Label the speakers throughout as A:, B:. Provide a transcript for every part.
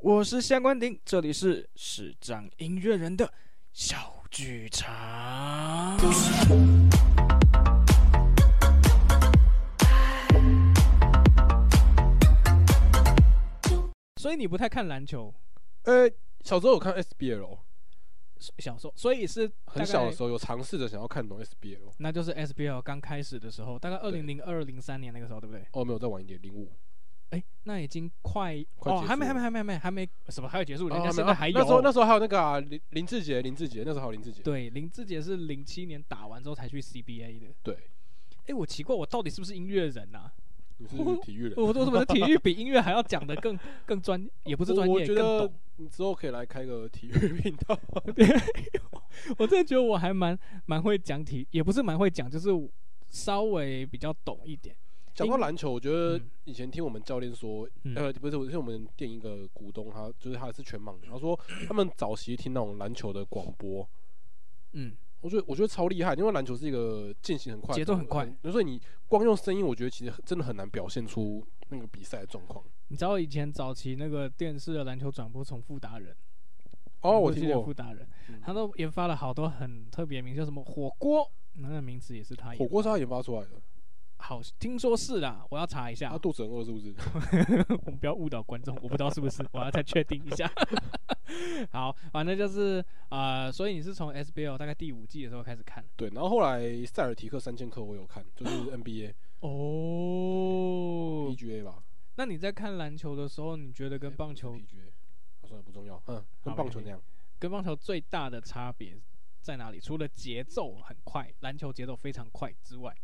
A: 我是夏关鼎，这里是视障音乐人的小剧场。所以你不太看篮球，
B: 呃，小时候有看 SBL，
A: 小时候，所以是
B: 很小的时
A: 候，
B: 候有尝试着想要看懂 SBL。
A: 那就是 SBL 刚开始的时候，大概二零零二零三年那个时候，对不对？
B: 哦，没有，再晚一点，零五。
A: 哎，那已经快
B: 快
A: 哦，
B: 结
A: 还没还
B: 束
A: 没
B: 了
A: 还没还没还没什么还有结束，人家
B: 哦
A: 现
B: 没
A: 在
B: 有
A: 还
B: 啊
A: 有。
B: 那时候那时候还有那个啊林林志杰，林志杰那时候还有林志杰。
A: 对，林志杰是零七年打完之后才去 CBA 的。
B: 对，
A: 哎，我奇怪，我到底是不是音乐人呐、
B: 你是
A: 我
B: 体育人，
A: 我都怎么体育比音乐还要讲的更更专，也不是专
B: 我
A: 业，
B: 我觉
A: 更
B: 得
A: 懂。
B: 你之后可以来开个体育频道。
A: 我真的觉得我还蛮蛮会讲体，也不是蛮会讲，就是稍微比较懂一点。
B: 讲到篮球，我觉得
A: 嗯
B: 以前听我们教练说，
A: 嗯
B: 呃，不是，我是我们店一个股东，他就是他是全盲的，他说他们早期听那种篮球的广播，
A: 嗯，
B: 我觉得我觉得超厉害，因为篮球是一个进行很快的，嗯
A: 节奏很快
B: 所以你光用声音，我觉得其实很真的很难表现出那个比赛的状况。
A: 你知道以前早期那个电视的篮球转播从富达人
B: 哦，我
A: 记
B: 听
A: 得
B: 过
A: 富达人，
B: 嗯
A: 他都研发了好多很特别的名字，叫什么火锅，那个名词也是他研
B: 火锅是他研发出来的，
A: 好，听说是啦，我要查一下啊
B: 他。肚子很饿是不是？
A: 我们不要误导 观众，我不知道是不是，我要再确定一下。好，反正就是呃，所以你是从 SBL 大概第五季的时候开始看
B: 对，然后后来塞尔提克三剑客我有看，就是 NBA、
A: 哦。
B: PGA 吧，
A: 那你在看篮球的时候，你觉得跟
B: 哎
A: 棒球
B: 不是 PGA，啊算了不重要，嗯，
A: 好
B: 跟棒球那样。
A: 跟棒球最大的差别在哪里？除了节奏很快，篮球节奏非常快之外，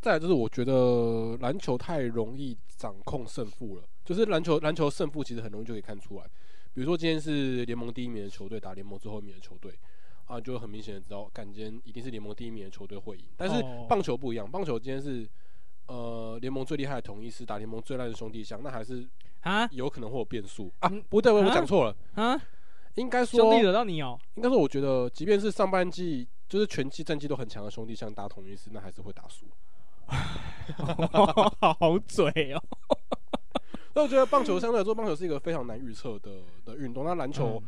B: 再来就是我觉得篮球太容易掌控胜负了，就是篮球篮球胜负其实很容易就可以看出来。比如说今天是联盟第一名的球队打联盟最后一名的球队，啊，你就会很明显的知道，感今天一定是联盟第一名的球队会赢。但是
A: 哦
B: 棒球不一样，棒球今天是呃联盟最厉害的统一是打联盟最烂的兄弟相，那还是
A: 啊
B: 有可能会有变数啊
A: 嗯。
B: 不对，我
A: 啊
B: 讲错了，
A: 啊，
B: 应该
A: 兄
B: 说
A: 弟惹到 你哦。
B: 应该说，我觉得即便是上半季就是全季战绩都很强的兄弟相打统一是，那还是会打输。
A: 好嘴哦，
B: 那我觉得棒球相对来说，棒球是一个非常难预测的的运动。那篮
A: 嗯
B: 球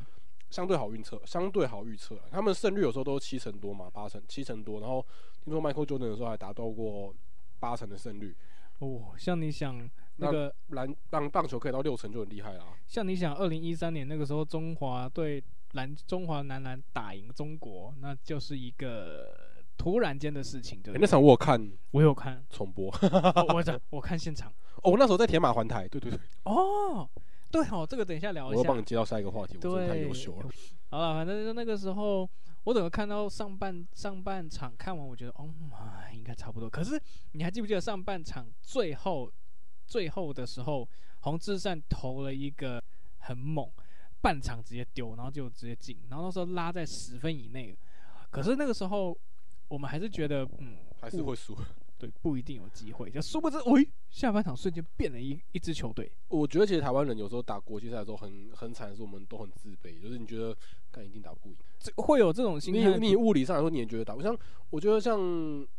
B: 相对好预测，相对好预测啊。他们胜率有时候都七成多嘛，八成、七成多。然后听说 Michael Jordan 的时候还达到过八成的胜率，
A: 哦，像你想那
B: 那
A: 个
B: 篮让棒球可以到六成就很厉害啦。
A: 像你想，二零一三年那个时候，中华对篮中华男篮打赢中国，那就是一个突然间的事情，对
B: 诶
A: 不
B: 那
A: 对？
B: 场我有看
A: 我有 看，
B: 重播，
A: 哦我在我看现场。
B: 哦，我那时候在铁马环台，对对对，
A: 哦，对哦，这个等一下聊
B: 我
A: 一
B: 又帮
A: 下
B: 你。接到下一个话题，我真的太
A: 对，
B: 优秀了。
A: 好了，反正就那个时候，我整个看到上半上半场看完，我觉得哦妈，应该差不多。可是你还记不记得上半场最后最后的时候，洪志善投了一个很猛，半场直接丢，然后就直接进，然后那时候拉在十分以内。可是那个时候我们还是觉得，嗯，
B: 还是会输。
A: 对，不一定有机会。就殊不知，喂、下半场瞬间变了一一支球队。
B: 我觉得其实台湾人有时候打国际赛的时候很很惨，是我们都很自卑，就是你觉得看一定打不赢。
A: 这会有这种心
B: 你
A: 态，
B: 你物理上来说，你也觉得打不像？我觉得像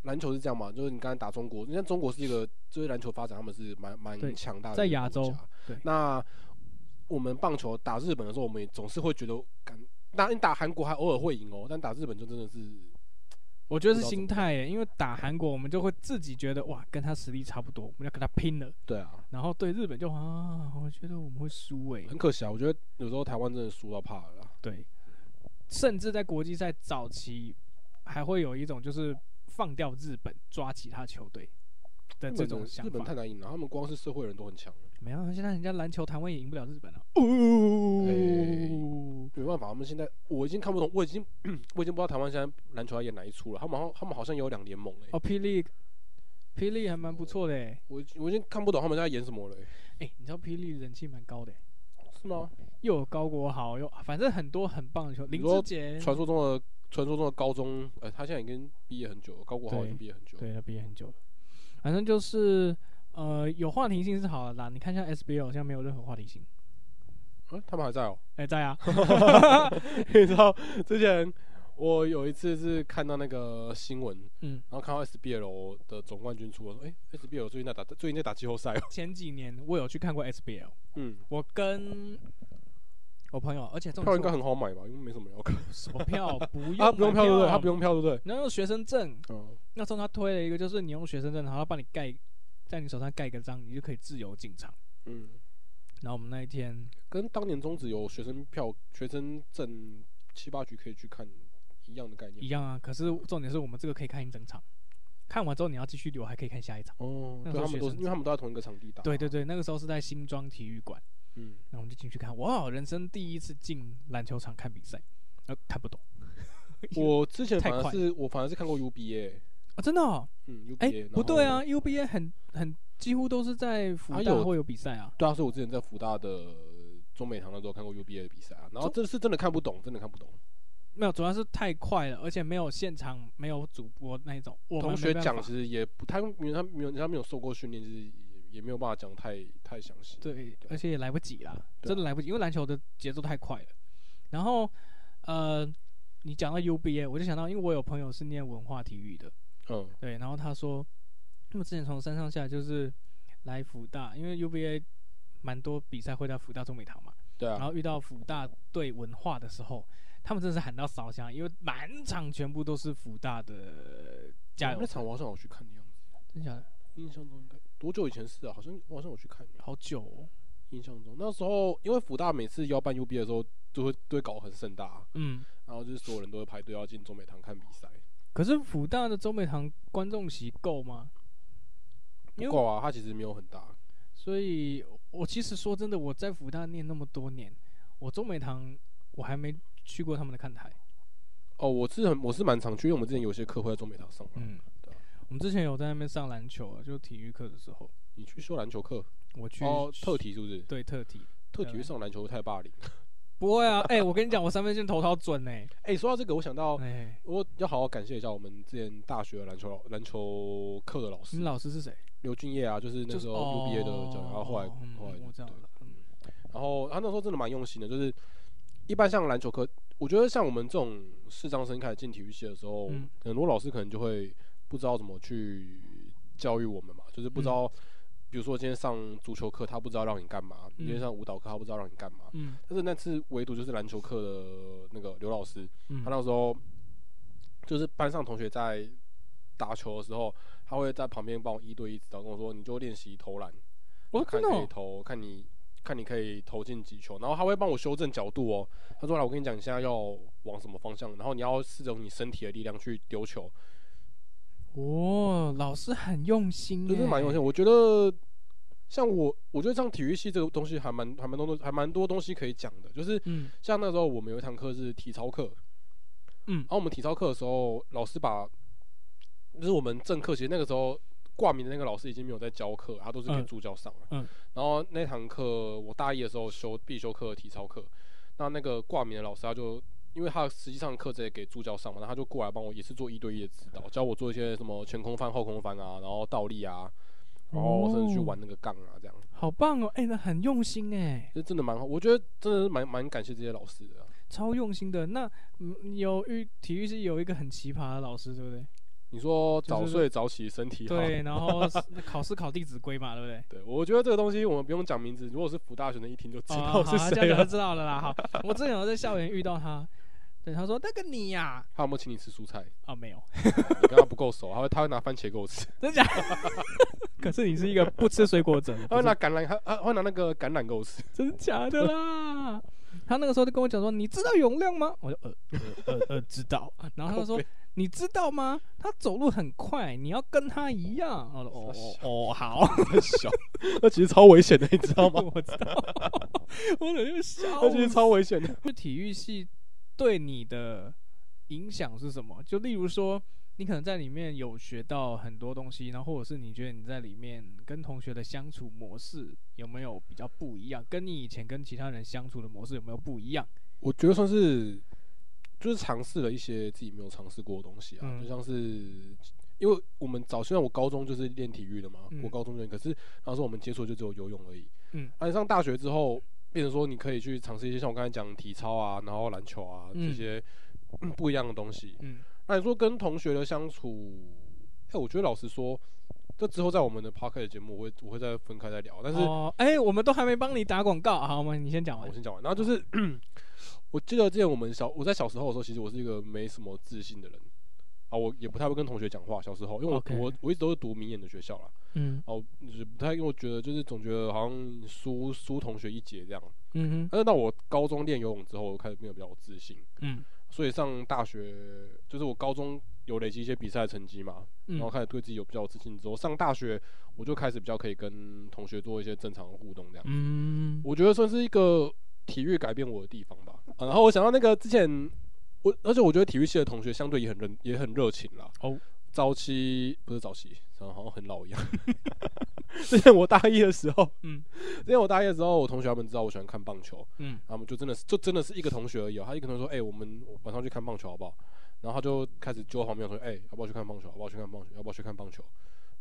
B: 篮球是这样嘛，就是你刚才打中国，你看中国是一个，就是篮球发展他们是蛮
A: 对
B: 蛮强大的一个
A: 在亚洲
B: 国家
A: 对
B: 那我们棒球打日本的时候，我们也总是会觉得，感，那你打韩国还偶尔会赢哦，但打日本就真的是
A: 我觉得是
B: 不知道怎
A: 心
B: 么
A: 态耶，因为打韩国，我们就会自己觉得哇，跟他实力差不多，我们要跟他拼了。
B: 对啊，
A: 然后对日本就啊，我觉得我们会输诶。
B: 很可惜啊。我觉得有时候台湾真的输到怕了啦。
A: 对，甚至在国际赛早期，还会有一种就是放掉日本，抓其他球队的
B: 日
A: 这
B: 本真
A: 种
B: 的
A: 想
B: 日本太
A: 法。
B: 难赢了，他们光是社会人都很强，
A: 没有，啊现在人家篮球台湾也赢不了日本啊了。
B: 哎
A: 哦，
B: 没办法，他们现在我已经看不懂，我已经 我已经不知道台湾现在篮球要演哪一出了。他们好像他们好像有两联盟哎、
A: 哦，霹雳，霹雳还蛮不错的诶。
B: 我我已经看不懂他们在演什么了、欸，
A: 哎，你知道霹雳人气蛮高的耶，
B: 是吗？
A: 又有高国豪，又反正很多很棒的球，林
B: 你说
A: 志杰。
B: 传说中的传说中的高中，呃，他现在已经毕业很久了，高国豪已
A: 对
B: 经毕业很久。
A: 对，他毕业很久了。反正就是呃，有话题性是好的啦。你看一下 SBL，现在没有任何话题性。
B: 嗯，他们还在哦、
A: 哎、在啊，
B: 你知道之前我有一次是看到那个新闻，
A: 嗯，
B: 然后看到 SBL 的总冠军出了，哎、s b l 最近在打最近在打季后赛哦。
A: 前几年我有去看过 SBL，
B: 嗯，
A: 我跟我朋友，而且这
B: 票应该
A: 种
B: 很好买吧，因为没什么人要看。啊
A: 什么票不用
B: 他不用
A: 买
B: 票对不对？
A: 票啊
B: 他不用票对不对？
A: 你要用学生证，
B: 嗯，
A: 那时候他推了一个，就是你用学生证，然后他帮你盖在你手上盖个章，你就可以自由进场。
B: 嗯，
A: 然后我们那一天
B: 跟当年中职有学生票、学生证七八局可以去看一样的概
A: 一
B: 念。
A: 样啊，可是重点是我们这个可以看一整场，看完之后你要继续留，还可以看下一场。
B: 哦，
A: 那
B: 对
A: 时候
B: 他们都
A: 学
B: 是
A: 生
B: 因为他们都在同一个场地打。
A: 对对，对，那个时候是在新庄体育馆，
B: 嗯，
A: 然后我们就进去看，哇，人生第一次进篮球场看比赛，呃，看不懂
B: 我之前
A: 太
B: 反而
A: 快
B: 是我反而是看过 UBA，
A: 啊，真的、哦，
B: 嗯
A: 哎、
B: ，UBA
A: 不对啊，，UBA 很很几乎都是在福大
B: 啊有
A: 会有比赛啊，
B: 对啊，所以我之前在福大的中美堂的时候看过 UBA 的比赛啊，然后这是真的看不懂，真的看不懂。
A: 没有，主要是太快了，而且没有现场，没有主播那一种，我们
B: 同
A: 没
B: 学
A: 办
B: 讲
A: 法
B: 其实也不太，因为他没有他没有受过训练，就是也也没有办法讲太太详细。
A: 对，而且也来不及啦，
B: 对
A: 真的
B: 啊
A: 来不及，因为篮球的节奏太快了。然后，呃，你讲到 UBA，我就想到，因为我有朋友是念文化体育的，
B: 嗯，
A: 对，然后他说，他们之前从山上下来就是来福大，因为 UBA 蛮多比赛会在福大中美堂嘛，
B: 对
A: 然
B: 啊，
A: 后遇到福大对文化的时候，他们真的是喊到烧香，因为满场全部都是福大的加油
B: 哦那
A: 声，
B: 场我好像有去看的样子，
A: 真假的？
B: 印象中应该多久以前是啊？好像我好像有去看，
A: 好久、哦，
B: 印象中那时候因为福大每次要办 UBA 的时候，都会都会搞很盛大，啊
A: 嗯，
B: 然后就是所有人都会排队要进中美堂看比赛。
A: 可是福大的中美堂观众席够吗？因为
B: 不够啊，它其实没有很大。
A: 所以我其实说真的，我在福大念那么多年，我中美堂我还没去过他们的看台。
B: 哦，我是很我是蛮常去，因为我们之前有些课会在中美堂上嘛。
A: 嗯
B: 对啊，
A: 我们之前有在那边上篮球啊，就体育课的时候，
B: 你去修篮球课
A: 我去
B: 哦，特体是不是？
A: 对特体。
B: 特体去上篮球太霸凌。
A: 不 会啊，哎、我跟你讲，我三分线投超准呢、
B: 哎、说到这个，我想到
A: 哎、
B: 我要好好感谢一下我们之前大学的篮球老篮球课的老
A: 你们
B: 师
A: 嗯老师是谁？
B: 刘俊业啊，就是那时候 UBA 的教练，然后后来
A: 哦嗯
B: 后来就
A: 我知道
B: 对
A: 了，嗯
B: 然后他那时候真的蛮用心的，就是一般像篮球课，我觉得像我们这种视障生开始进体育系的时候，
A: 嗯
B: 很多老师可能就会不知道怎么去教育我们嘛，就是不
A: 嗯
B: 知道，比如说今天上足球课，他不知道让你干嘛；今天
A: 嗯
B: 上舞蹈课，他不知道让你干嘛。
A: 嗯
B: 但是那次唯独就是篮球课的那个刘老师，
A: 嗯
B: 他那时候就是班上同学在打球的时候，他会在旁边帮我一对一指导，跟我说你就练习投篮，
A: 哦，
B: 看
A: 真的
B: 可以
A: 哦、
B: 投，看你看你可以投进几球，然后他会帮我修正角度哦。他说来，我跟你讲，你现在要往什么方向，然后你要试着用你身体的力量去丢球，
A: 嗯哦，老师很用心、欸，
B: 真是蛮用心的。我觉得像我，我觉得像体育系这个东西还蛮还蛮多还蛮多东西可以讲的，就是
A: 嗯
B: 像那时候我们有一堂课是体操课，
A: 嗯
B: 然后我们体操课的时候，老师把就是我们正课，其实那个时候挂名的那个老师已经没有在教课，他都是给
A: 嗯
B: 助教上了。
A: 嗯
B: 然后那堂课我大一的时候修必修课体操课，那那个挂名的老师他就。因为他实际上课直接给助教上嘛，然后他就过来帮我也是做一对一的指导，教我做一些什么前空翻、后空翻啊，然后倒立啊，然后甚至去
A: 哦
B: 玩那个杠啊，这样，
A: 好棒哦，哎、那很用心哎、
B: 这真的蛮好，我觉得真的是蛮蛮感谢这些老师的啊、
A: 超用心的。那嗯你有遇体育是有一个很奇葩的老师，对不对？
B: 你说
A: 就
B: 早
A: 是
B: 睡早起身体好，
A: 对，然后是考试考《弟子规》嘛，对不对？
B: 对，我觉得这个东西我们不用讲名字，如果是福大学生一听就知
A: 哦，好，
B: 道是
A: 这样
B: 谁
A: 就
B: 了。
A: 知道了啦。好，我之前有在校园遇到他，对他说：“那个你呀、
B: 他有没有请你吃蔬菜？
A: 啊？”没有，
B: 你跟他不够熟，他会他会拿番茄给我吃，
A: 真假？ 可是你是一个不吃水果者，
B: 他会拿橄榄，他他他会拿那个橄榄给我吃。
A: 真假的 啦。他那个时候就跟我讲说：“你知道永亮吗？”我就呃呃呃呃知道。然后他就说：“你知道吗？他走路很快，你要跟他一样。”我说：“哦哦哦，好。”
B: 很小，那其实超危险的，你知道吗？
A: 我知道，我怎么就笑
B: 那其实
A: 死
B: 超危险的。
A: 就体育系对你的影响是什么？就例如说，你可能在里面有学到很多东西，然后或者是你觉得你在里面跟同学的相处模式有没有比较不一样？跟你以前跟其他人相处的模式有没有不一样？
B: 我觉得算是就是尝试了一些自己没有尝试过的东西啊，
A: 嗯
B: 就像是因为我们早虽然我高中就是练体育的嘛，
A: 嗯
B: 我高中练，可是那时候我们接触就只有游泳而已。
A: 嗯，
B: 而、且上大学之后，变成说你可以去尝试一些像我刚才讲体操啊，然后篮球啊
A: 嗯
B: 这些、嗯不一样的东西。
A: 嗯
B: 那你说跟同学的相处，哎、我觉得老实说，这之后在我们的 p o c k e t 节目，我会我会再分开再聊。但是
A: 哦，哎、我们都还没帮你打广告，好，我们你先讲完
B: 我。先讲完。然后就是 我记得之前我们小我在小时候的时候，其实我是一个没什么自信的人啊，我也不太会跟同学讲话。小时候，因为我
A: OK
B: 我我一直都是读明眼的学校啦，
A: 嗯
B: 哦、就是不太，因为我觉得就是总觉得好像输输同学一截这样。
A: 嗯哼
B: 但是到我高中练游泳之后，我开始变得比较有自信，
A: 嗯
B: 所以上大学就是我高中有累积一些比赛的成绩嘛，然后
A: 嗯
B: 开始对自己有比较有自信之后，上大学我就开始比较可以跟同学做一些正常的互动这样。
A: 嗯，
B: 我觉得算是一个体育改变我的地方吧。啊、然后我想到那个之前，我而且我觉得体育系的同学相对也很热，也很热情啦。
A: 哦，
B: 早期不是早期，好像很老一样。 之前我大一的时候，
A: 嗯
B: 之前我大一的时候，我同学他们知道我喜欢看棒球，
A: 嗯
B: 他们就真的是就真的是一个同学而已、哦。他一个同学说：“哎、我们晚上去看棒球好不好？”然后他就开始揪旁边的同学：“哎、要不要去看棒球？要不要去看棒球？要不要去看棒球？”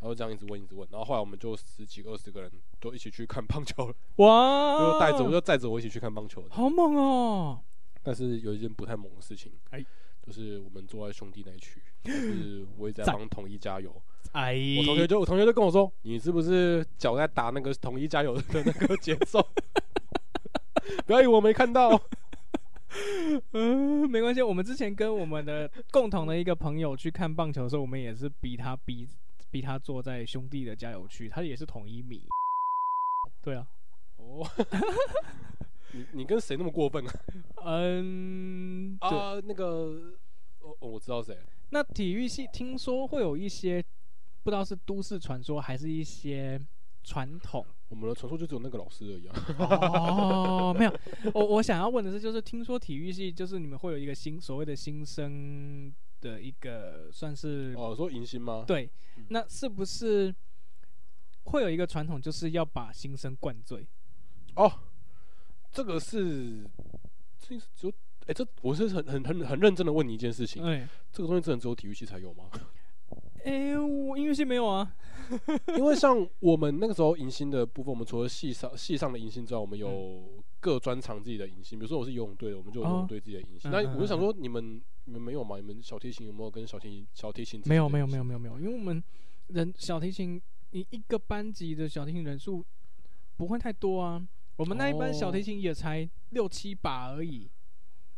B: 然后这样一直问，一直问。然后后来我们就十几二十个人都一起去看棒球了。
A: 哇，
B: 就带
A: 哦
B: 着我就带着我一起去看棒球的。
A: 好猛哦，
B: 但是有一件不太猛的事情，
A: 哎
B: 就是我们坐在兄弟那一区， 就是我一直在
A: 赞
B: 帮统一加油。
A: 哎，
B: 我同学就我同学就跟我说，你是不是脚在打那个统一加油的那个节奏？ 不要以为我没看到，哦
A: 嗯，没关系。我们之前跟我们的共同的一个朋友去看棒球的时候，我们也是逼他逼逼他坐在兄弟的加油区，他也是统一米。对啊，
B: 哦， 你你跟谁那么过分啊？
A: 嗯，对。
B: 啊，那个，哦，哦我知道谁，
A: 那体育系听说会有一些不知道是都市传说还是一些传统
B: 我们的传说就只有那个老师而已啊。
A: 哦，没有。我我想要问的是，就是听说体育系就是你们会有一个新所谓的新生的一个算是
B: 哦，说迎新吗？
A: 对
B: 嗯，
A: 那是不是会有一个传统，就是要把新生灌醉？
B: 哦，这个是，这是只有，哎、这我是很很很很认真的问你一件事情，
A: 哎、
B: 这个东西真的只有体育系才有吗？
A: 哎，我音乐系没有啊。
B: 因为像我们那个时候迎新的部分，我们除了系上系上的迎新之外，我们有各专场自己的迎新，比如说我是游泳队的，我们就有
A: 嗯
B: 游
A: 哦
B: 泳队自己的迎新。
A: 嗯
B: 那
A: 嗯
B: 我就想
A: 嗯
B: 说，你们你们没有吗？你们小提琴有没有跟小提琴小提琴自己
A: 没有
B: 的
A: 没有
B: 迎
A: 没有
B: 新
A: 没有没有，因为我们人小提琴，你一个班级的小提琴人数不会太多啊。我们那一班小提
B: 哦
A: 琴也才六七把而 已。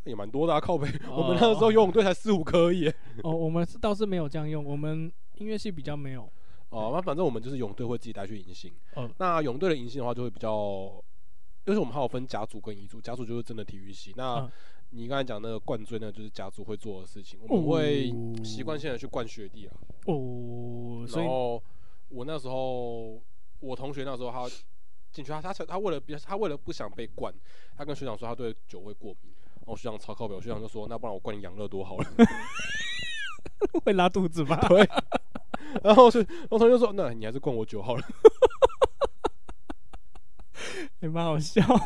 B: 也蛮多的啊，靠背。 我们那个时候游泳队才四五颗而已。
A: 哦，我们是倒是没有这样用，我们音乐系比较没有。
B: 哦，那反正我们就是泳队会自己带去迎新。
A: 哦
B: 那泳队的迎新的话，就会比较，就是我们还有分甲组跟乙组，甲组就是真的体育系。那、
A: 嗯
B: 你刚才讲那个灌醉，那就是甲组会做的事情，我们会
A: 哦
B: 习惯性的去灌学弟啊。
A: 哦，所
B: 然
A: 以
B: 后我那时候，我同学那时候他进去，他他他为了比他为了不想被灌，他跟学长说他对酒会过敏。然后学长超靠表，学长就说：“那不然我灌你养乐多好了。
A: 会拉肚子 吧？”
B: 然后是，然后同学就说：“那你还是灌我酒好了。”
A: 也蛮好笑。
B: 然后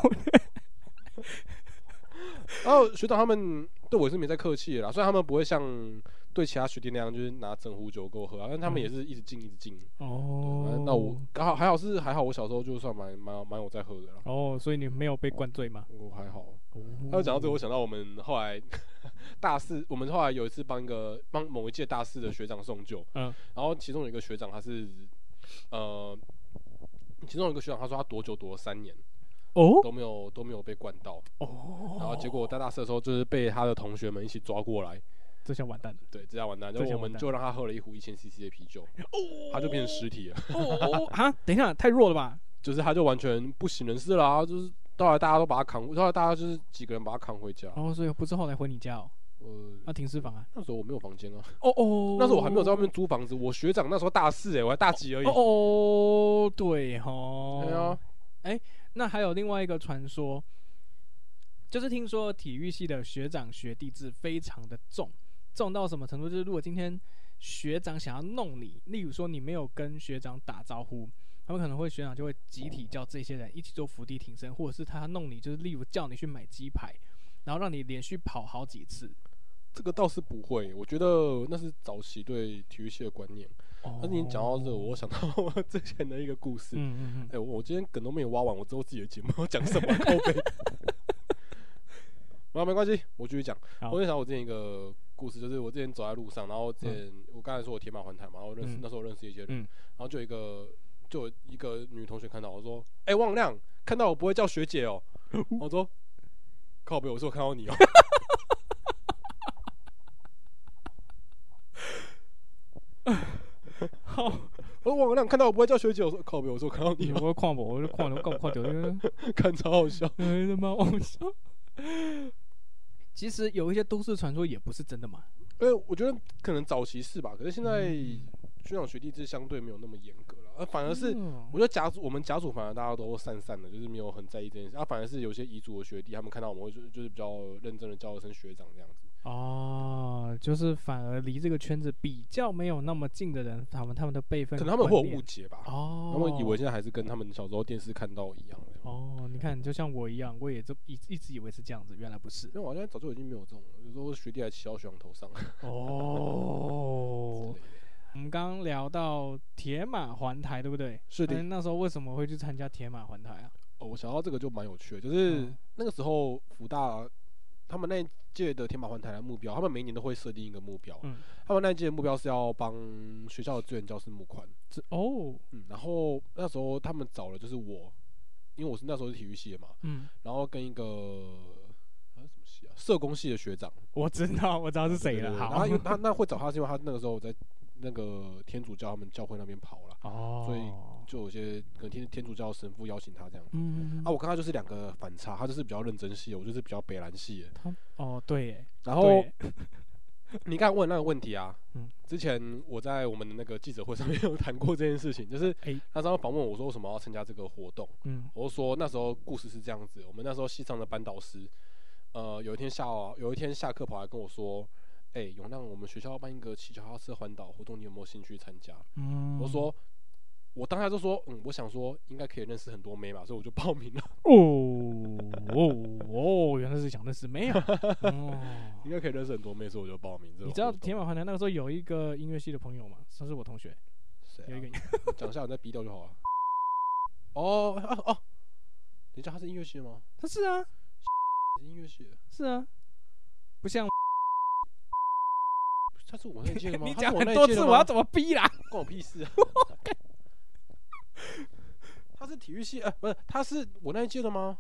B: 哦学长他们对我是没在客气的啦，虽然他们不会像对其他学弟那样，就是拿整壶酒给我喝啊，但他们
A: 嗯
B: 也是一直敬一直敬。
A: 哦
B: 反正那我刚好还好是还好，我小时候就算蛮蛮蛮有在喝的啦，
A: 哦，所以你没有被灌醉吗？
B: 我还好。
A: 哦
B: 还有讲到这个，我想到我们后来大四，我们后来有一次帮一个帮某一届大四的学长送酒，
A: 嗯
B: 然后其中有一个学长他是呃，其中有一个学长他说他躲酒躲了三年
A: 哦
B: 都没有都没有被灌到，
A: 哦，
B: 然后结果我在大四的时候就是被他的同学们一起抓过来。
A: 这下完蛋了。
B: 对，这下完蛋，
A: 这
B: 就
A: 下
B: 我
A: 完
B: 们
A: 蛋
B: 就让他喝了一壶一千 CC 的啤酒，他就变成尸体了，
A: 哦 哦哦啊！等一下，太弱了吧？
B: 就是他就完全不省人事啦、就是后来大家都把他扛，后来大家就是几个人把他扛回家。
A: 然哦后所以不是后来回你家哦，
B: 呃，
A: 那停尸房啊？
B: 那时候我没有房间啊，
A: 哦哦
B: 那时候我还没有在外面租房子，我学长那时候大四哎、我还大几而已。
A: 哦哦，对
B: 对啊
A: 哦。，那还有另外一个传说，就是听说体育系的学长学弟制非常的重，重到什么程度？就是如果今天学长想要弄你，例如说你没有跟学长打招呼。他们可能会学长就会集体叫这些人一起做伏地挺身，或者是他弄你，就是例如叫你去买鸡排，然后让你连续跑好几次。
B: 这个倒是不会，我觉得那是早期对体育系的观念。
A: 哦
B: 但是你讲到这个，我想到我之前的一个故
A: 嗯
B: 事。
A: 嗯嗯
B: 哎、，我我今天梗都没有挖完，我之后自己的节目要讲什么 靠背。啊，没关系，我继续讲。
A: 好
B: 我就想我之前一个故事，就是我之前走在路上，然后之前、我刚才说我铁马环台嘛，然后认识、
A: 嗯
B: 那时候我认识一些人，
A: 嗯
B: 然后就有一个就有一个女同学看到我说：“哎、旺亮，看到我不会叫学姐哦、然后我说：“靠北，我说我看到你哦、
A: 好，
B: 我说：“旺亮，看到我不会叫学姐。”我说：“靠北，我说我看到你
A: 你
B: 哦、
A: 我看我，我就看我，看看到 那个，
B: 看超好笑。
A: 哎他妈，我操！其实有一些都市传说也不是真的嘛，
B: 因为我觉得可能早期是吧，可是现在学长学弟制相对没有那么严格了，而反而是
A: 嗯
B: 我觉得甲组我们甲组反而大家都散散的，就是没有很在意这件事。啊，反而是有些乙组的学弟，他们看到我们会就就是比较认真的叫一声学长这样子。
A: 哦，就是反而离这个圈子比较没有那么近的人，他们他们的辈分
B: 可能他们会有
A: 观念
B: 误解吧，
A: 哦，
B: 他们以为现在还是跟他们小时候电视看到一样的。
A: 哦，你看就像我一样，我也这一一直以为是这样子，原来不是
B: 因为我好像早就已经没有这种了，有时候学弟还骑到学长头上之类
A: 哦
B: 的。。
A: 我们刚刚聊到铁马环台，对不对？
B: 是的
A: 哎那时候为什么会去参加铁马环台啊？
B: 哦，我想到这个就蛮有趣的，就是
A: 嗯
B: 那个时候福大他们那一届的天马环台的目标，他们每一年都会设定一个目标，
A: 嗯
B: 他们那一届的目标是要帮学校的资源教师募款，
A: 这哦，
B: 嗯，然后那时候他们找了就是我，因为我是那时候是体育系的嘛，
A: 嗯，
B: 然后跟一个啊什么系啊，社工系的学长，
A: 我知道，我知道是谁
B: 对对
A: 了。
B: 对然
A: 好
B: 后，因为 他那会找他是因为他那个时候在那个天主教他们教会那边跑了，
A: 哦，
B: 所以就有些可能天天主教神父邀请他这样。
A: 嗯，
B: 啊，我跟他就是两个反差，他就是比较认真系的，我就是比较北蓝系的。
A: 他哦，对耶，对
B: 然后
A: 耶
B: 你刚才问那个问题啊
A: 嗯，
B: 之前我在我们的那个记者会上面 有谈过这件事情，就是
A: 哎
B: 他刚刚访问我说为什么要参加这个活动，
A: 嗯
B: 我就说那时候故事是这样子，我们那时候系上的班导师，呃，有一天下午有一天下课跑来跟我说，哎、永亮，我们学校要办一个骑脚踏车环岛活动，你有没有兴趣参加？
A: 嗯，
B: 我说。我当下就说，嗯，我想说应该可以认识很多妹嘛，所以我就报名了，
A: 哦 哦哦，原来是想认识 妹啊。哦
B: 应该可以认识很多妹，所以我就报名这种活动。
A: 你知道铁马环台那个时候有一个音乐系的朋友吗？他是我同学，
B: 谁啊
A: 有一个
B: 讲一下，我再逼掉就好了。哦哦哦，你知道他是音乐系的吗？
A: 他是啊
B: 是音乐系的，
A: 是啊，不 像
B: 他是我那一 届的吗？
A: 你
B: 他是
A: 讲
B: 我
A: 很
B: 那一
A: 多
B: 届
A: 次，
B: 的
A: 我要
B: 吗
A: 怎么逼啦？
B: 关我屁事啊！ 他是体育系，呃，不是，他是我那一届的吗？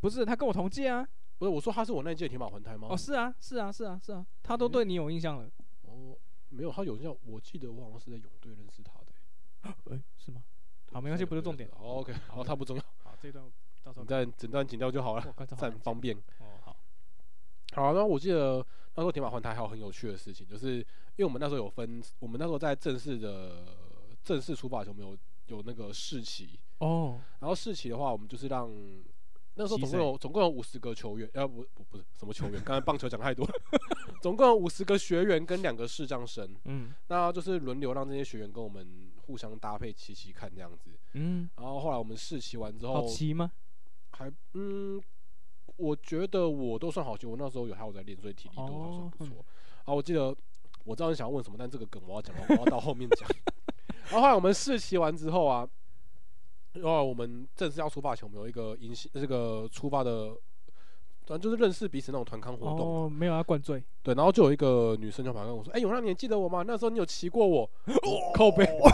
A: 不是他跟我同届啊，
B: 不是，我说他是我那一届的铁马环台吗？
A: 哦是啊是啊是啊是啊，他都对你有印象了，
B: 哦，没有，他有叫，我记得我好像是在泳队认识他的、
A: 哎是吗？
B: 对
A: 好没关系
B: 在泳
A: 不是
B: 队
A: 重点
B: 认识他哦 OK，好，他不重要，
A: 好这一段我到时候
B: 你再整段剪掉就好了，
A: 我看这好
B: 这
A: 难
B: 很
A: 剪
B: 方便。
A: 哦好
B: 好，啊那我记得那时候铁马环台还有很有趣的事情，就是因为我们那时候有分，我们那时候在正式的正式出发前，我们有有那个试骑，
A: 哦
B: 然后试骑的话，我们就是让那时候
A: 骑
B: 总共
A: 谁
B: 有总共有五十个球员，呃不不不是什么球员，刚才棒球讲太多了， 总共有五十个学员跟两个视障生，
A: 嗯
B: 那就是轮流让这些学员跟我们互相搭配骑骑看这样子，
A: 嗯
B: 然后后来我们试骑完之
A: 好
B: 后，
A: 奇吗？
B: 还嗯，我觉得我都算好骑，我那时候有还有在练，所以体力都还算
A: 哦
B: 不
A: 嗯
B: 错。啊，我记得我知道你想要问什么，但这个梗我要讲到，我要到后面讲。 然后后来我们试骑完之后啊，然后我们正式要出发前，我们有一个迎新这个出发的，反正就是认识彼此那种团康活动。
A: 哦没有要灌醉，
B: 对，然后就有一个女生就跑来跟我说：“哎、永亮，你还记得我吗？那时候你有骑 过我，靠背，
A: 哦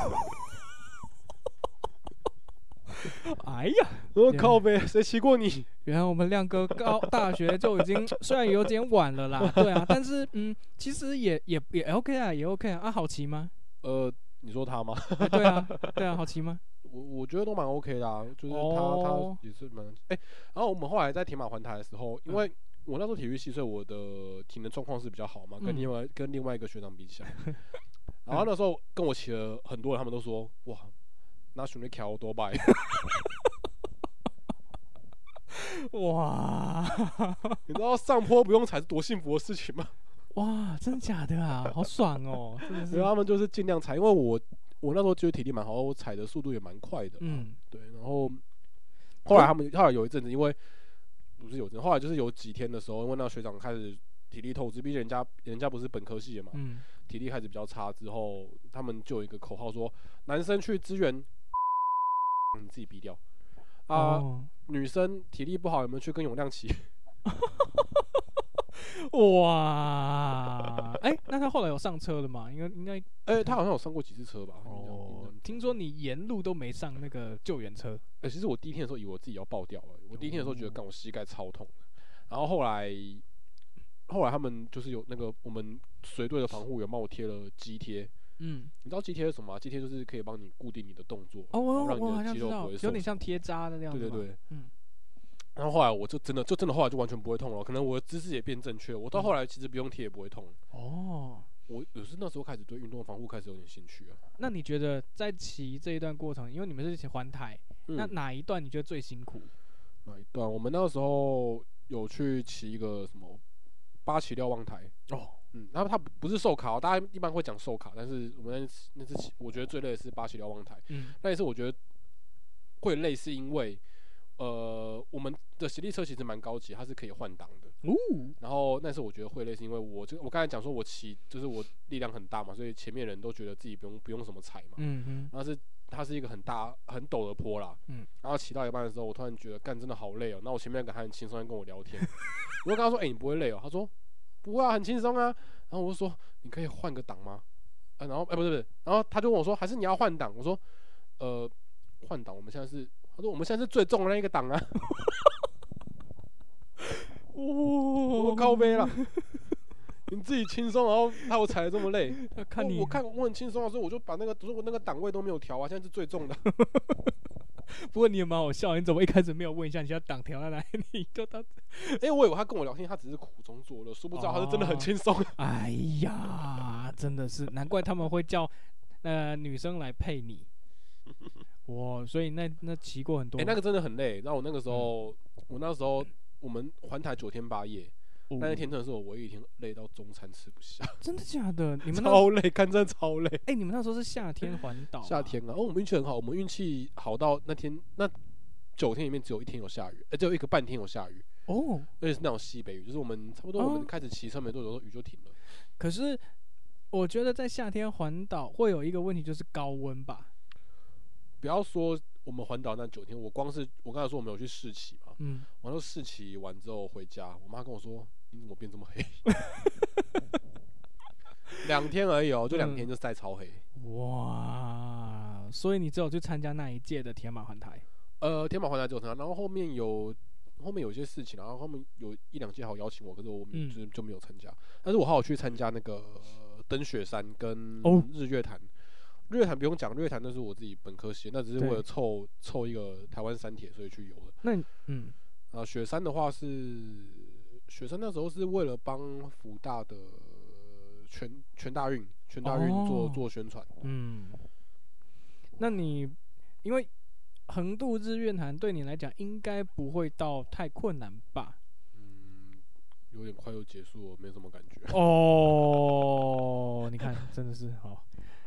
A: 哎呀，
B: 我说靠背，谁骑过你？”
A: 原来我们亮哥高大学就已经虽然有点晚了 啦，对啊，但是嗯其实也也也 OK 啊也 OK 啊啊好奇吗？
B: 呃，你说他吗？
A: 哎对 啊对啊好奇吗？
B: 我我觉得都蛮 OK 的、啊，就是他、
A: 哦
B: 他也是蛮哎、然后我们后来在铁马环台的时候，因
A: 嗯
B: 为我那时候体育系，所以我的体能状况是比较好嘛，
A: 嗯
B: 跟另外、跟另外一个学长比起来， 然后那时候跟我骑了很多人，他们都说哇，那兄弟桥多啊拜，
A: 哇
B: 你知道上坡不用踩是多幸福的事情 吗？
A: 哇，真的假的啊？好爽哦，真的
B: 然
A: 是。
B: 后他们就是尽量踩，因为我我那时候觉得体力蛮好，我踩的速度也蛮快的，嗯，
A: 嗯，
B: 对，然后后来他们后来有一阵子，因为不是有一阵，后来就是有几天的时候，因为那个学长开始体力透支，毕竟人家人家不是本科系的嘛，
A: 嗯，
B: 体力开始比较差之后，他们就有一个口号说，男生去支援，嗯你自己逼掉啊，
A: 哦
B: 女生体力不好， 有没有去跟永亮骑？
A: 哇，哎那他后来有上车了吗？应该应该
B: 哎、他好像有上过几次车吧？印
A: 哦
B: 象，
A: 听说你沿路都没上那个救援车，
B: 呃，其实我第一天的时候以为我自己要爆掉了，我第一天的时候觉得
A: 哦
B: 干我膝盖超痛的，然后后来后来他们就是有那个我们随队的防护员帮我贴了肌贴，
A: 嗯，
B: 你知道肌贴是什么吗？肌贴就是可以帮你固定你的动作，
A: 哦，我
B: 然后让
A: 我
B: 你
A: 好
B: 的
A: 像
B: 肌
A: 知
B: 肉
A: 道，
B: 不会
A: 有
B: 受
A: 点
B: 伤。
A: 像贴扎的那样
B: 对
A: 子，
B: 对，对，
A: 嗯，
B: 然后后来我就真的就真的后来就完全不会痛了，可能我的姿势也变正确了，我到
A: 嗯
B: 后来其实不用贴也不会痛了。
A: 哦，
B: 我也是那时候开始对运动防护开始有点兴趣啊。
A: 那你觉得在骑这一段过程，因为你们是骑环台，
B: 嗯
A: 那哪一段你觉得最辛苦？
B: 哪一段？我们那个时候有去骑一个什么八旗瞭望台，
A: 哦，
B: 嗯，然后它不不是寿卡、哦，大家一般会讲寿卡，但是我们那次那次骑我觉得最累的是八旗瞭望台，
A: 嗯，
B: 那一次我觉得会累是因为。呃，我们的斜力车其实蛮高级，它是可以换挡的。
A: 哦，
B: 然后那次我觉得会累，是因为我这我刚才讲说我骑就是我力量很大嘛，所以前面人都觉得自己不用不用什么踩嘛。
A: 嗯
B: 然后是它是一个很大很陡的坡啦，
A: 嗯
B: 然后骑到一半的时候，我突然觉得干真的好累哦、那我前面那个还很轻松在跟我聊天， 我就跟他说：“哎、你不会累哦、他说：“不会啊，很轻松啊。”然后我就说：“你可以换个档吗？”啊，然后哎、不是不是，然后他就问我说：“还是你要换档？”我说：“呃，换档，我们现在是。”他说：“我们现在是最重的那一个档啊。”
A: 哼，我
B: 我靠背了，你自己轻松，然后害我踩的这么累。
A: 看
B: 我
A: 你，
B: 我看我很轻松的啊时候，我就把那个，如果那个档位都没有调啊，现在是最重的。
A: 不过你也蛮好笑，你怎么一开始没有问一下你要挡调在哪里？ 你就当，
B: 哎、我以为他跟我聊天，他只是苦中作乐，殊不知道他是真的很轻松。
A: 哎呀，真的是，难怪他们会叫呃女生来配 你。哇，所以那那骑过很多，
B: 哎、那个真的很累。那我那个时候，
A: 嗯
B: 我那时候我们环台九天八夜，
A: 哦
B: 那一天真的是我唯一一天累到中餐吃不下，
A: 真的假的？你们那
B: 超累，看真的超累。
A: 哎、你们那时候是夏天环岛、
B: 夏，天啊，哦，我们运气很好，我们运气好到那天那九天里面只有一天有下雨，呃，只有一个半天有下雨，
A: 哦，
B: 而且是那种西北雨，就是我们差不多我
A: 哦
B: 们开始骑车没多久，时候雨就停了。
A: 可是我觉得在夏天环岛会有一个问题，就是高温吧。
B: 不要说我们环岛那九天，我光是我刚才说我们有去试骑嘛，
A: 嗯，
B: 完了试骑完之后回家，我妈跟我说：“你怎么变这么黑？” 两天而已哦，就两
A: 嗯
B: 天就晒超黑。
A: 哇，所以你只有去参加那一届的铁马环台。
B: 呃，天马环台只有参加，然后后面有后面有一些事情，然后后面有一两届好邀请我，可是我没
A: 嗯
B: 就是就没有参加。但是我还有去参加那个呃登雪山跟
A: 哦
B: 日月潭。日月潭不用讲，日月潭那是我自己本科系，那只是
A: 对
B: 为了凑凑一个台湾山铁，所以去游的。
A: 那你嗯，
B: 啊，雪山的话是雪山那时候是为了帮福大的全全大运全大运做、
A: 哦
B: 做宣传。
A: 嗯，那你因为横渡日月潭对你来讲应该不会到太困难吧？
B: 嗯，有点快又结束了，没什么感觉。
A: 哦，你看，真的是好。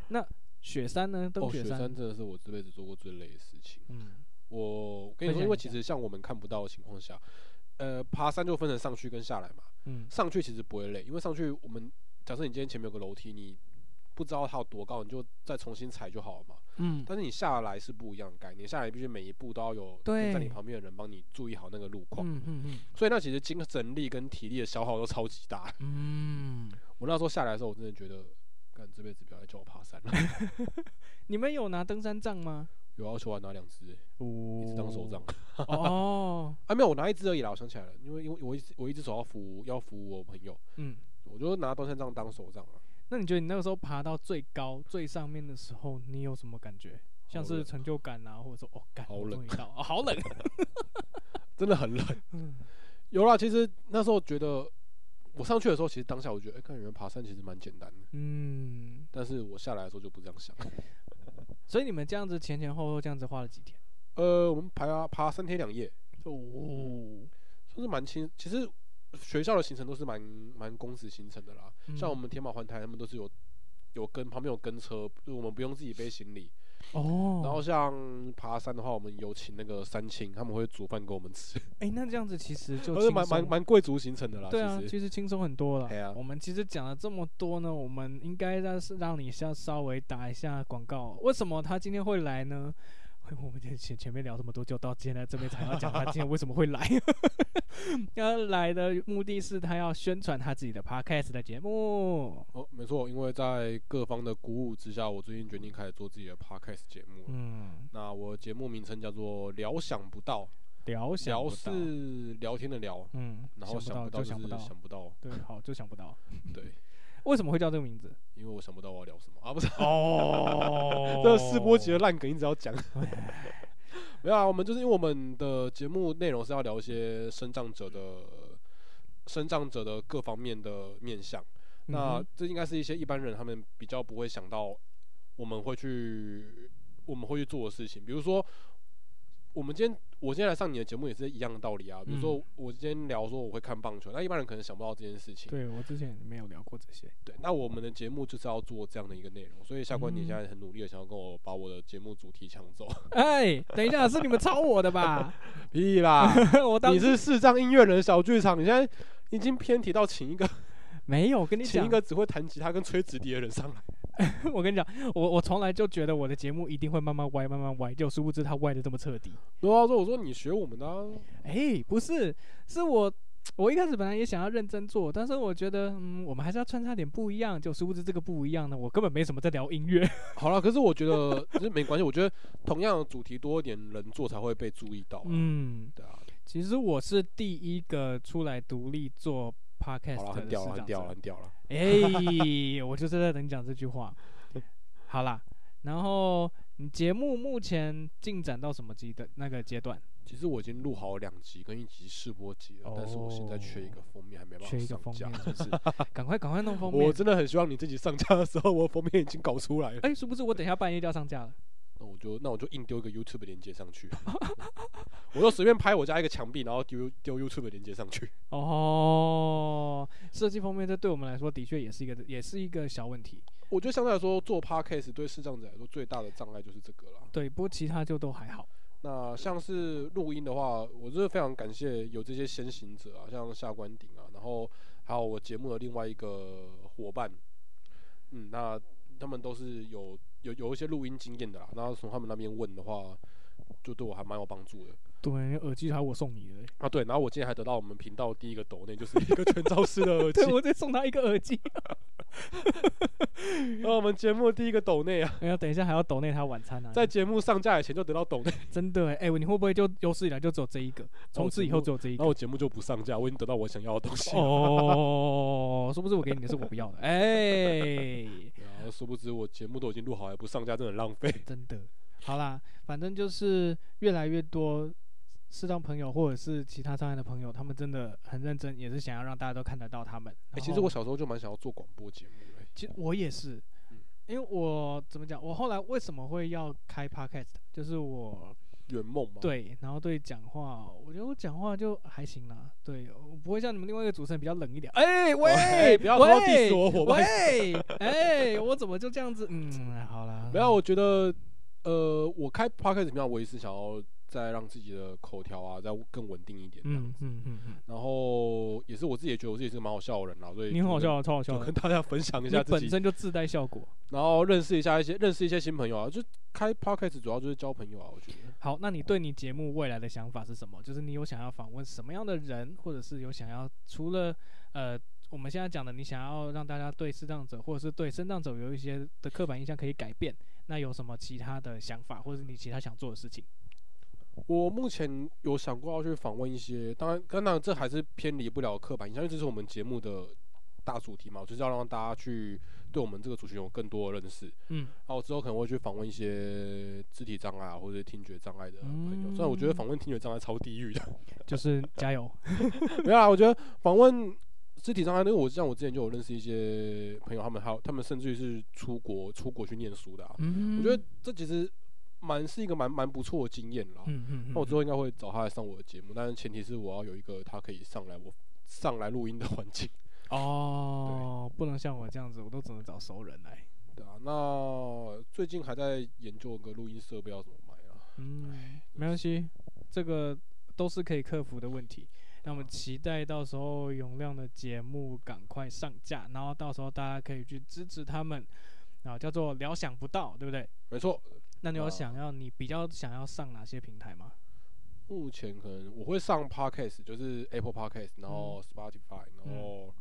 A: 那雪山呢？登
B: 哦，雪
A: 山，
B: 山真的是我这辈子做过最累的事情。
A: 嗯，
B: 我我跟
A: 分
B: 你说，
A: 享
B: 因为
A: 一
B: 其
A: 下
B: 实像我们看不到的情况下，呃，爬山就分成上去跟下来嘛。
A: 嗯
B: 上去其实不会累，因为上去我们假设你今天前面有个楼梯，你不知道它有多高，你就再重新踩就好了嘛。
A: 嗯，
B: 但是你下来是不一样的概念，下来必须每一步都要有
A: 对
B: 在你旁边的人帮你注意好那个路况，
A: 嗯嗯嗯
B: 所以那其实精神力跟体力的消耗都超级大。
A: 嗯，
B: 我那时候下来的时候，我真的觉得，干这辈子不要再叫我爬山了，
A: 你们有拿登山杖吗？
B: 有要求我还拿两只、欸，
A: 哦
B: 一只当手杖
A: 哦，
B: 啊，没有，我拿一只而已啦。我想起来了，因为因为我一只我一只手要扶要扶我朋友，
A: 嗯，
B: 我就拿登山杖当手杖啊。
A: 那你觉得你那个时候爬到最高最上面的时候，你有什么感觉？像
B: 好
A: 是
B: 冷
A: 成就感啊，或者说哦，感
B: 好冷
A: 终于到，哦好 冷。
B: 真的很冷。 有啦，其实那时候觉得我上去的时候，其实当下我觉得，哎、看人爬山其实蛮简单的，
A: 嗯，
B: 但是我下来的时候就不这样想。
A: 所以你们这样子前前后后这样子花了几天？
B: 呃，我们爬爬三天两夜，
A: 哦，
B: 算是蛮轻。其实学校的行程都是蛮蛮公司行程的啦，
A: 嗯
B: 像我们天马环台他们都是有有跟旁边有跟车，就我们不用自己背行李。
A: 哦，
B: 然后像爬山的话，我们有请那个山青，他们会煮饭给我们吃，
A: 哎、那这样子其实就
B: 都是
A: 轻
B: 蛮蛮
A: 松
B: 蛮贵族行程的啦。
A: 对啊，
B: 其实
A: 其实轻松很多了。
B: 哎呀
A: 我们其实讲了这么多呢，我们应该让是让你先稍微打一下广告。为什么他今天会来呢？ 我们前前前面聊这么多，就到现在这边才要讲他今天为什么会 来。他来的目的是他要宣传他自己的 podcast 的节目。
B: 哦，没错，因为在各方的鼓舞之下，我最近决定开始做自己的 podcast 节目了。
A: 嗯，
B: 那我节目名称叫做“聊想不到”，
A: 聊想
B: 聊
A: 不到
B: 是聊天的聊，
A: 嗯，
B: 然后
A: 想
B: 不
A: 到就
B: 就
A: 想
B: 是
A: 不到，嗯
B: 想不到，
A: 对，好就想不到。
B: 对，
A: 为什么会叫这个名字？
B: 因为我想不到我要聊什么啊，不是，
A: 哦
B: 这试播集的烂梗一直要讲。 没有啊，我们就是因为我们的节目内容是要聊一些生长者的生长者的各方面的面向。
A: 嗯
B: 那这应该是一些一般人他们比较不会想到，我们会去我们会去做的事情。比如说，我们今天我今天来上你的节目也是一样的道理啊。比如说
A: 嗯
B: 我今天聊说我会看棒球，那一般人可能想不到这件事情。
A: 对我之前没有聊过这些。
B: 对，那我们的节目就是要做这样的一个内容，所以下关你
A: 嗯
B: 现在很努力的想要跟我把我的节目主题抢 走，
A: 哎，等一下，是你们抄我的 吧？
B: 屁啦！
A: 我 当
B: 你是视障音乐人小剧场，你现在已经偏题到请一个
A: 没有我跟你
B: 请
A: 讲
B: 一，个只会弹吉他跟吹直笛的人上来。
A: 我跟你讲，我我从来就觉得我的节目一定会慢慢歪，慢慢歪，就殊不知它歪的这么彻底。
B: 然后说我说你学我们的、啊，
A: 哎、不是，是我，我一开始本来也想要认真做，但是我觉得，嗯，我们还是要穿插点不一样。就殊不知这个不一样呢，我根本没什么在聊音乐。
B: 好了，可是我觉得其实没关系，我觉得同样的主题多一点人做才会被注意到、啊。嗯，
A: 嗯，
B: 对啊，
A: 其实我是第一个出来独立做
B: 好
A: podcast
B: 了，
A: 的
B: 很屌了，
A: 市
B: 很
A: 长
B: 屌了，
A: 者
B: 很屌了。
A: 哎、 我就是在等你讲这句话。好啦，然后你节目目前进展到什么阶段？那个阶段？
B: 其实我已经录好两集跟一集试播集了，但是我现在缺一个封面，还没办法
A: 哦缺一个
B: 上
A: 封
B: 架
A: 面。是不 是？赶快赶快弄封面
B: 我。真的很希望你自己上架的时候，我封面已经搞出来了。
A: 哎、是不是我等一下半夜就要上架了？
B: 那我就那我就硬丢一个 YouTube 连接上去， 我就随便拍我家一个墙壁，然后丢丢 YouTube 连接上去。
A: 哦，设计封面这对我们来说的确也是一个也是一个小问题。
B: 我觉得相对来说，做 Podcast 对视障者来说最大的障碍就是这个啦。
A: 对，不过其他就都还好。
B: 那像是录音的话，我真的非常感谢有这些先行者啊，像下关顶啊，然后还有我节目的另外一个伙伴，嗯，那他们都是有有有一些录音经验的啦，然后从他们那边问的话，就对我还蛮有帮助的
A: 对，耳机还我送你的。
B: 啊。对，然后我今天还得到我们频道第一个抖内，就是一个全罩式的 耳机
A: 对，，我再送他一个耳机。
B: 然后我们节目第一个抖内啊，
A: 哎呀，等一下还要抖内他晚餐啊。
B: 在节目上架以前就得到抖内，
A: 真的哎、哎你会不会就有史以来就只有这一个？从此以后只有这一
B: 然
A: 个
B: 后。我节目就不上架，我已经得到我想要的东西了。
A: 哦，是不是我给你的是我不要的？哎，
B: 啊然后殊不知我节目都已经录好，还不上架，真的很浪费。
A: 真的。好啦，反正就是越来越多视障朋友或者是其他障碍的朋友，他们真的很认真，也是想要让大家都看得到他们。
B: 哎、
A: 然
B: 其实我
A: 后
B: 小时候就蛮想要做广播节目的、
A: 其实我也是
B: 嗯，
A: 因为我怎么讲，我后来为什么会要开 podcast，就是我
B: 圆梦嘛。，
A: 对，然后对讲话，我觉得我讲话就还行啦，对，我不会像你们另外一个主持人比较冷一点。哎、喂，
B: 哎不要说
A: 喂
B: diss 我伙伴
A: 喂，哎，我怎么就这样子？嗯，好啦，
B: 没有，我觉得，呃，我开 podcast 怎么样，我也是想要再让自己的口条啊，再更稳定一点。嗯
A: 嗯，嗯嗯嗯，
B: 然后也是我自己也觉得我自己是个蛮好笑的人啦，所以
A: 你很好
B: 觉得，
A: 笑，啊超好笑
B: 就
A: 的
B: 跟，大家分享一
A: 你
B: 下自
A: 本
B: 己，
A: 身就自带效果。
B: 然后认识一下一些认识一些新朋友啊。就开 podcast 主要就是交朋友啊，我觉得。
A: 好，那你对你节目未来的想法是什么？就是你有想要访问什么样的人，或者是有想要除了呃我们现在讲的，你想要让大家对视障者或者是对身障者有一些的刻板印象可以改变，那有什么其他的想法，或者是你其他想做的事情？
B: 我目前有想过要去访问一些，当然，当然这还是偏离不了刻板印象，因为这是我们节目的大主题嘛，就是要让大家去对我们这个族群有更多的认识。
A: 嗯，
B: 然后我之后可能会去访问一些肢体障碍啊，或者听觉障碍的朋友。
A: 嗯
B: 虽然我觉得访问听觉障碍超地狱的，啊
A: 就是呃加油。
B: 没有啊啦，我觉得访问肢体障碍，因为我像我之前就有认识一些朋友，他们还有他们甚至于是出国出国去念书的啊。
A: 嗯
B: 我觉得，这其实蛮是一个蛮蛮不错的经验啦。
A: 嗯嗯，
B: 那我之后应该会找他来上我的节目，但是前提是我要有一个他可以上来我上来录音的环境，
A: 哦，不能像我这样子，我都只能找熟人来。
B: 对啊。那最近还在研究个录音设备要怎么买啊？
A: 嗯，没关系，这个都是可以克服的问题。那我们期待到时候永亮的节目赶快上架，然后到时候大家可以去支持他们，啊，叫做“料想不到”，对不对？
B: 没错，
A: 那你有
B: 啊
A: 想要你比较想要上哪些平台吗？
B: 目前可能我会上 podcast，就是 Apple podcast，
A: 嗯
B: 然后 Spotify，、然后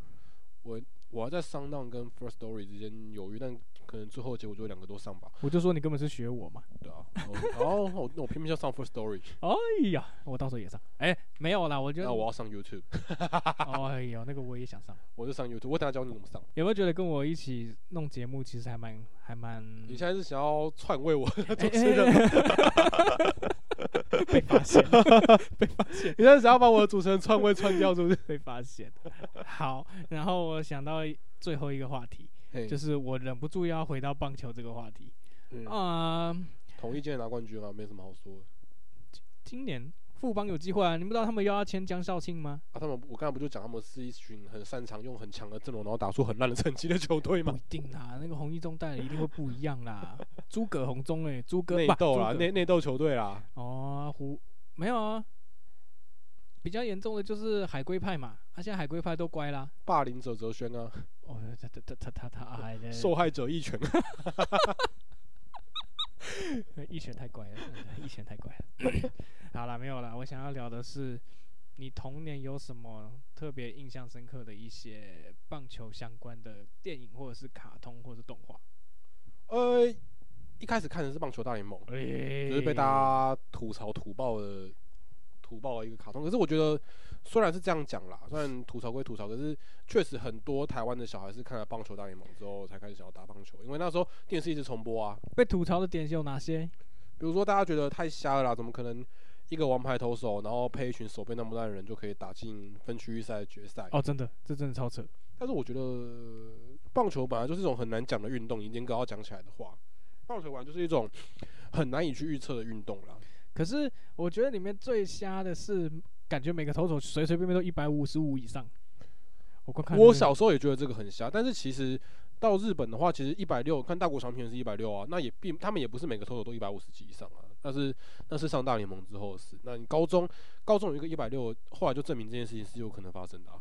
B: 我我要在商浪跟 First Story 之间犹豫，但可能最后结果就会两个都上吧，
A: 我就说你根本是学我嘛。
B: 对啊。然后 然后我那我偏偏要上 First Story，
A: 哎呀，我到时候也上。哎、没有啦，我觉得
B: 那我要上 YouTube，
A: 哎呦，那个我也想 上。
B: 我就上 YouTube，我等下教你怎么上。
A: 有没有觉得跟我一起弄节目其实还蛮还蛮
B: 你现在是想要篡位我 主持人吗？
A: 人 被发 现，
B: 你现在想要把我的主持人篡位篡掉是不是？
A: 被发现。好，然后我想到最后一个话题，
B: 嘿
A: 就是我忍不住要回到棒球这个话题。
B: 嗯
A: 啊、
B: 同一届拿冠军啊，没什么好说的。
A: 今年富邦有机会啊，你不知道他们又要签江少庆吗？
B: 啊，他们我刚才不就讲他们是一群很擅长用很强的阵容，然后打出很烂的成绩的球队
A: 不
B: 吗
A: 一？定啦，那个红一中带的一定会不一样啦。 诸葛红中哎、诸葛
B: 内
A: 吧
B: 斗
A: 诸
B: 啦，
A: 葛
B: 内内斗球队啦。
A: 哦，胡没有啊，比较严重的就是海龟派嘛，啊，现在海龟派都乖啦。
B: 霸凌者哲轩啊，
A: 哦，他他他他他他哎，这
B: 受害者一拳。啊
A: 一拳太乖了， 一拳太乖了。 好啦，没有啦，我想要聊的是，你童年有什么特别印象深刻的一些棒球相关的电影，或者是卡通，或者是动画？
B: 呃，一开始看的是棒球大联盟，
A: 哎
B: 就是被大家吐槽吐爆的吐爆的一个卡通。可是我觉得，虽然是这样讲啦，虽然吐槽归吐槽，可是确实很多台湾的小孩是看了棒球大联盟之后才开始想要打棒球，因为那时候电视一直重播啊。
A: 被吐槽的点有哪些？
B: 比如说大家觉得太瞎了啦，怎么可能一个王牌投手，然后配一群手背那么烂的人就可以打进分区预赛决赛？
A: 哦，真的，这真的超扯。
B: 但是我觉得棒球本来就是一种很难讲的运动，你严格要讲起来的话，棒球本来就是一种很难以去预测的运动啦。
A: 可是我觉得里面最瞎的是，感觉每个投手随随便便都一百五十五以上。我光看那
B: 我
A: 个
B: 小时候也觉得这个很瞎，但是其实到日本的话，其实一百六，看大国长平是一百六啊，那也并他们也不是每个投手都一百五十几以上啊，那是那是上大联盟之后的事。那你高中高中有一个一百六，后来就证明这件事情是有可能发生的、啊。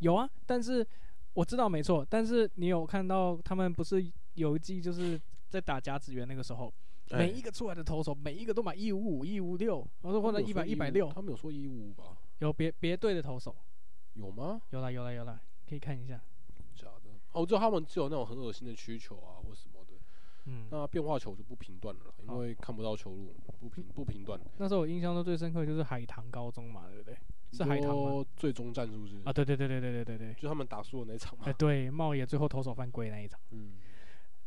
A: 有啊，但是我知道没错，但是你有看到他们不是有一季就是在打甲子园那个时候，每一个出来的投手每一个都买一五五、一五六，然后或者一百一百六，
B: 他们有说一五吧？
A: 有别别队的投手，
B: 有吗？
A: 有啦有啦有啦，可以看一下，
B: 假的？哦，我知道他们只有那种很恶心的曲球啊或什么的。
A: 嗯，
B: 那变化球我就不评断了啦，因
A: 好
B: 为看不到球路，不评不评断。
A: 那时候我印象中最深刻就是海棠高中嘛，对不对？是海棠吗？
B: 说最终战是不是？
A: 啊，对对对对对对对对，
B: 就他们打输的那一场嘛
A: 哎。对，茂野最后投手犯规那一场。
B: 嗯，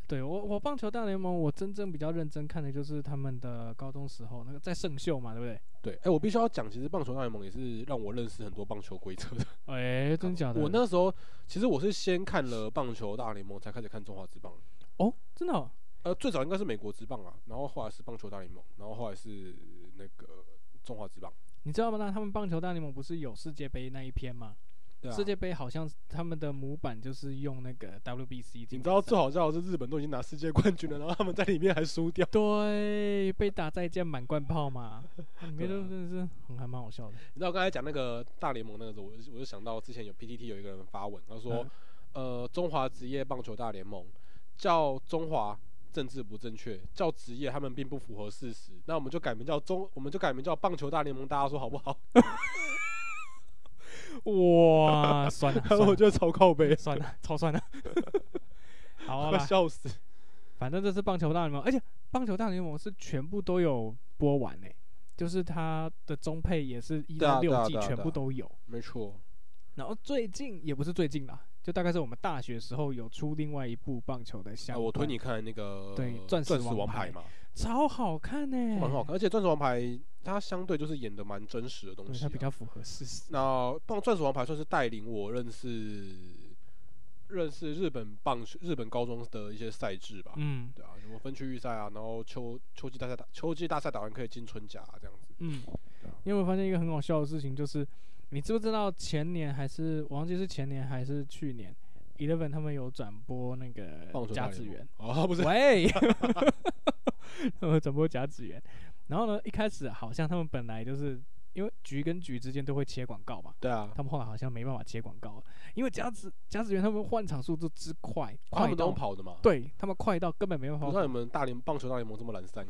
A: 对我，我棒球大联盟，我真正比较认真看的就是他们的高中时候那个在圣秀嘛，对不对？
B: 对。哎、我必须要讲，其实棒球大联盟也是让我认识很多棒球规则的。
A: 哎、真假的？
B: 我那时候其实我是先看了棒球大联盟，才开始看中华职棒。
A: 哦，真的、哦，
B: 呃，最早应该是美国职棒啊，然后后来是棒球大联盟，然后后来是那个中华职棒。
A: 你知道吗？那他们棒球大联盟不是有世界杯那一篇吗？
B: 对啊。
A: 世界杯好像是他们的模板就是用那个 WBC
B: 你
A: 进行赛。
B: 知道最好笑的是日本都已经拿世界冠军了，然后他们在里面还输掉。
A: 对被打再见满贯炮嘛， 那里面
B: 对
A: 都
B: 啊
A: 真的是很还蛮好笑的。
B: 你知道我刚才讲那个大联盟那个时候，我就我就想到之前有 PTT 有一个人发文，他说，呃，中华职业棒球大联盟叫中华政治不正确，叫职业他们并不符合事实，那我们就改名叫中，我们就改名叫棒球大联盟，大家说好不好？
A: 哇，酸了、啊，
B: 我觉得超靠 背，
A: 酸了、啊，超酸了、 啊。好
B: 快
A: 啦，
B: 笑死。
A: 反正这是棒球大联盟，而且棒球大联盟是全部都有播完诶、就是它的中配也是一
B: 对啊
A: 到六
B: 对啊
A: 季
B: 对啊
A: 全
B: 对
A: 部
B: 啊
A: 都有。
B: 没错，
A: 然后最近也不是最近啦，就大概是我们大学时候有出另外一部棒球的项
B: 啊，
A: 目、
B: 我推你看那个
A: 对钻
B: 钻
A: 石王
B: 王嗯
A: 牌
B: 嘛，
A: 超好看呢、欸，
B: 蛮好看，而且钻石王牌它相对就是演的蛮真实的东
A: 对，
B: 西、
A: 它
B: 啊，
A: 比较符合事实。
B: 那棒钻石王牌算是带领我认识认识日本棒球日本高中的一些赛制吧，
A: 嗯
B: 对啊，什么分区预赛啊，然后秋秋季大赛打秋季大赛打完可以进春甲、啊、这样子，
A: 嗯
B: 对啊，
A: 你有没有发现一个很好笑的事情？就是你知不知道前年还是我忘记是前年还是去年，Eleven 他们有转播那个
B: 棒球大
A: 呃甲
B: 联
A: 子
B: 盟
A: 园，
B: 哦，不是
A: 喂，他们转播甲子园。然后呢，一开始好像他们本来就是因为局跟局之间都会切广告嘛，
B: 对啊，
A: 他们后来好像没办法切广告了，因为甲子甲子园他们换场速度之快，
B: 他
A: 快
B: 们都
A: 到
B: 跑的嘛。
A: 对他们快到根本没办
B: 不
A: 法
B: 知道你们大联棒球大联盟这么懒散，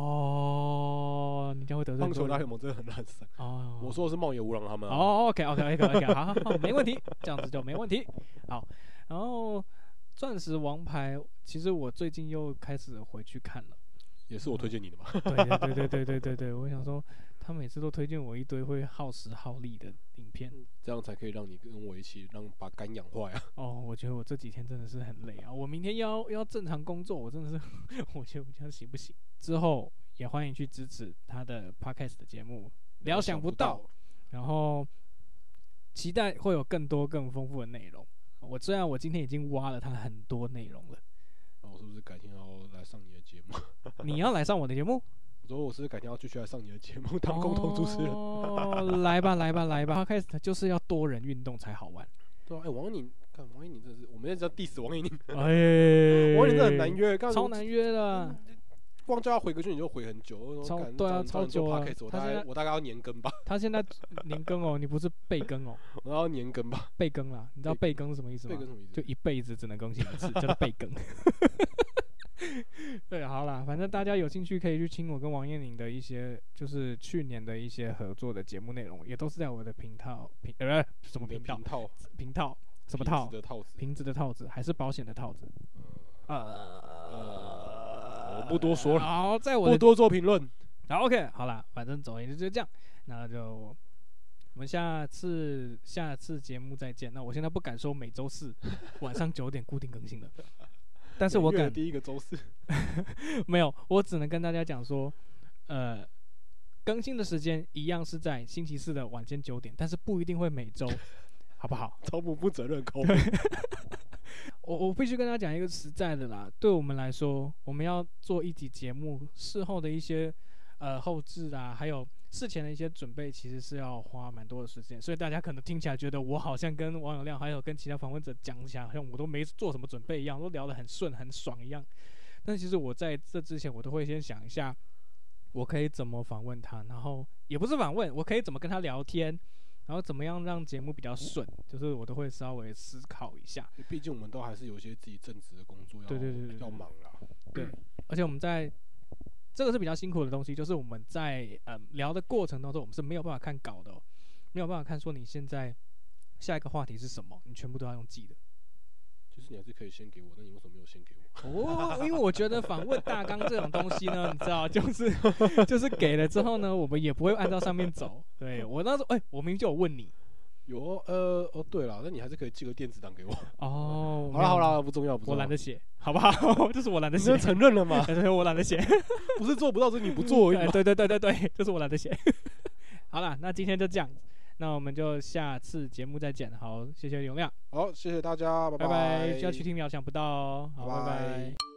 A: 哦，你这样会得罪
B: 棒
A: 很
B: 球
A: 多
B: 大
A: 人
B: 联盟真的很懒散。
A: 哦，
B: 我说的是茂野无郎他们啊。
A: 哦，OK OK OK OK，好好好，没问题，这样子就没问题。好，然后钻石王牌，其实我最近又开始回去看了。
B: 也是我推荐你 的嘛。
A: 对对对对对对对对，我想说，他每次都推荐我一堆会耗时耗力的影片。
B: 这样才可以让你跟我一起让把肝养坏啊！
A: 哦，我觉得我这几天真的是很累啊，我明天要要正常工作，我真的是， 我觉得我这样行不行？之后也欢迎去支持他的 podcast 的节目，料想不 到。然后期待会有更多更丰富的内容。我虽然我今天已经挖了他很多内容了，
B: 那我是不是改天要来上你的节目？
A: 你要来上我的节目
B: 我说我是不是改天要继续来上你的节目 当共同主持人。
A: 哦，来吧来吧来吧，Podcast 就是要多人运动才好 玩。
B: 对啊，哎、王一宁，看王一宁真的是，我们在这叫 diss 王一宁，
A: 哎
B: 王一宁真的很难，约，嗯干
A: 超，难约的。
B: 光叫他回个讯你就回很久，我说
A: 超
B: 干
A: 对啊
B: 找你
A: 超
B: 找你做
A: 久啊
B: podcast，我
A: 他
B: 大
A: 现
B: 概
A: 在
B: 我大概要年更吧，
A: 他现在年更哦，你不是备更哦，
B: 我要年更吧，
A: 备更啦。你知道备更是什么意思
B: 这
A: 吗
B: 个？什么意思？
A: 就一辈子只能更新 一次，叫做备更。 对，好啦，反正大家有兴趣可以去听我跟王彦霖的一些，就是去年的一些合作的节目内容，也都是在我的频道频呃什么
B: 你的
A: 频道
B: 频道？
A: 频道什么
B: 瓶
A: 套
B: 子的套子？
A: 瓶子的套子还是保险的套子？啊
B: 呃
A: 呃，
B: 我不多说了
A: 好，在我
B: 不
A: 的
B: 多做评论，
A: 好 OK，好啦，反正总而言之就这样，那就我们下次下次节目再见。那我现在不敢说每周四晚上九点固定更新了，但是
B: 每
A: 我
B: 月的
A: 敢
B: 第一个周四，
A: 没有，我只能跟大家讲说，呃，更新的时间一样是在星期四的晚间九点，但是不一定会每周，好不好？
B: 超不负责任口吻，
A: 我我必须跟大家讲一个实在的啦，对我们来说，我们要做一集节目，事后的一些呃后置啊，还有事前的一些准备，其实是要花蛮多的时间。所以大家可能听起来觉得我好像跟王永亮还有跟其他访问者讲起来，好像我都没做什么准备一样，都聊得很顺很爽一样。但其实我在这之前，我都会先想一下，我可以怎么访问他，然后也不是访问，我可以怎么跟他聊天，然后怎么样让节目比较顺，就是我都会稍微思考一下。
B: 毕竟我们都还是有一些自己正职的工作要
A: 对对对对对
B: 要忙啊啦。
A: 而且我们在这个是比较辛苦的东西，就是我们在嗯聊的过程当中，我们是没有办法看稿的、哦，没有办法看说你现在下一个话题是什么，你全部都要用记的。
B: 就是你还是可以先给我，那你为什么没有先给我？
A: 哦，因为我觉得访问大纲这种东西呢，你知道，就是就是给了之后呢，我们也不会按照上面走。对我那时候，哎、我明明就有问你
B: 有哦呃哦，对了，那你还是可以寄个电子档给我。
A: 哦
B: 好了好，了，不重要不重
A: 我
B: 要。
A: 懒得写，好不好？ 就是我懒得
B: 你
A: 写
B: 就，承认了嘛？
A: 对对，我懒得写。
B: 不是做不到，是你不做而 已
A: 哎
B: 嘛。
A: 对对对对对，就是我懒得写。 好啦，那今天就这样子，那我们就下次节目再见。好，谢谢永亮，
B: 好，谢谢大家，
A: 拜
B: 拜，
A: 就要去听《秒想不到》哦。好，拜
B: 拜拜
A: 拜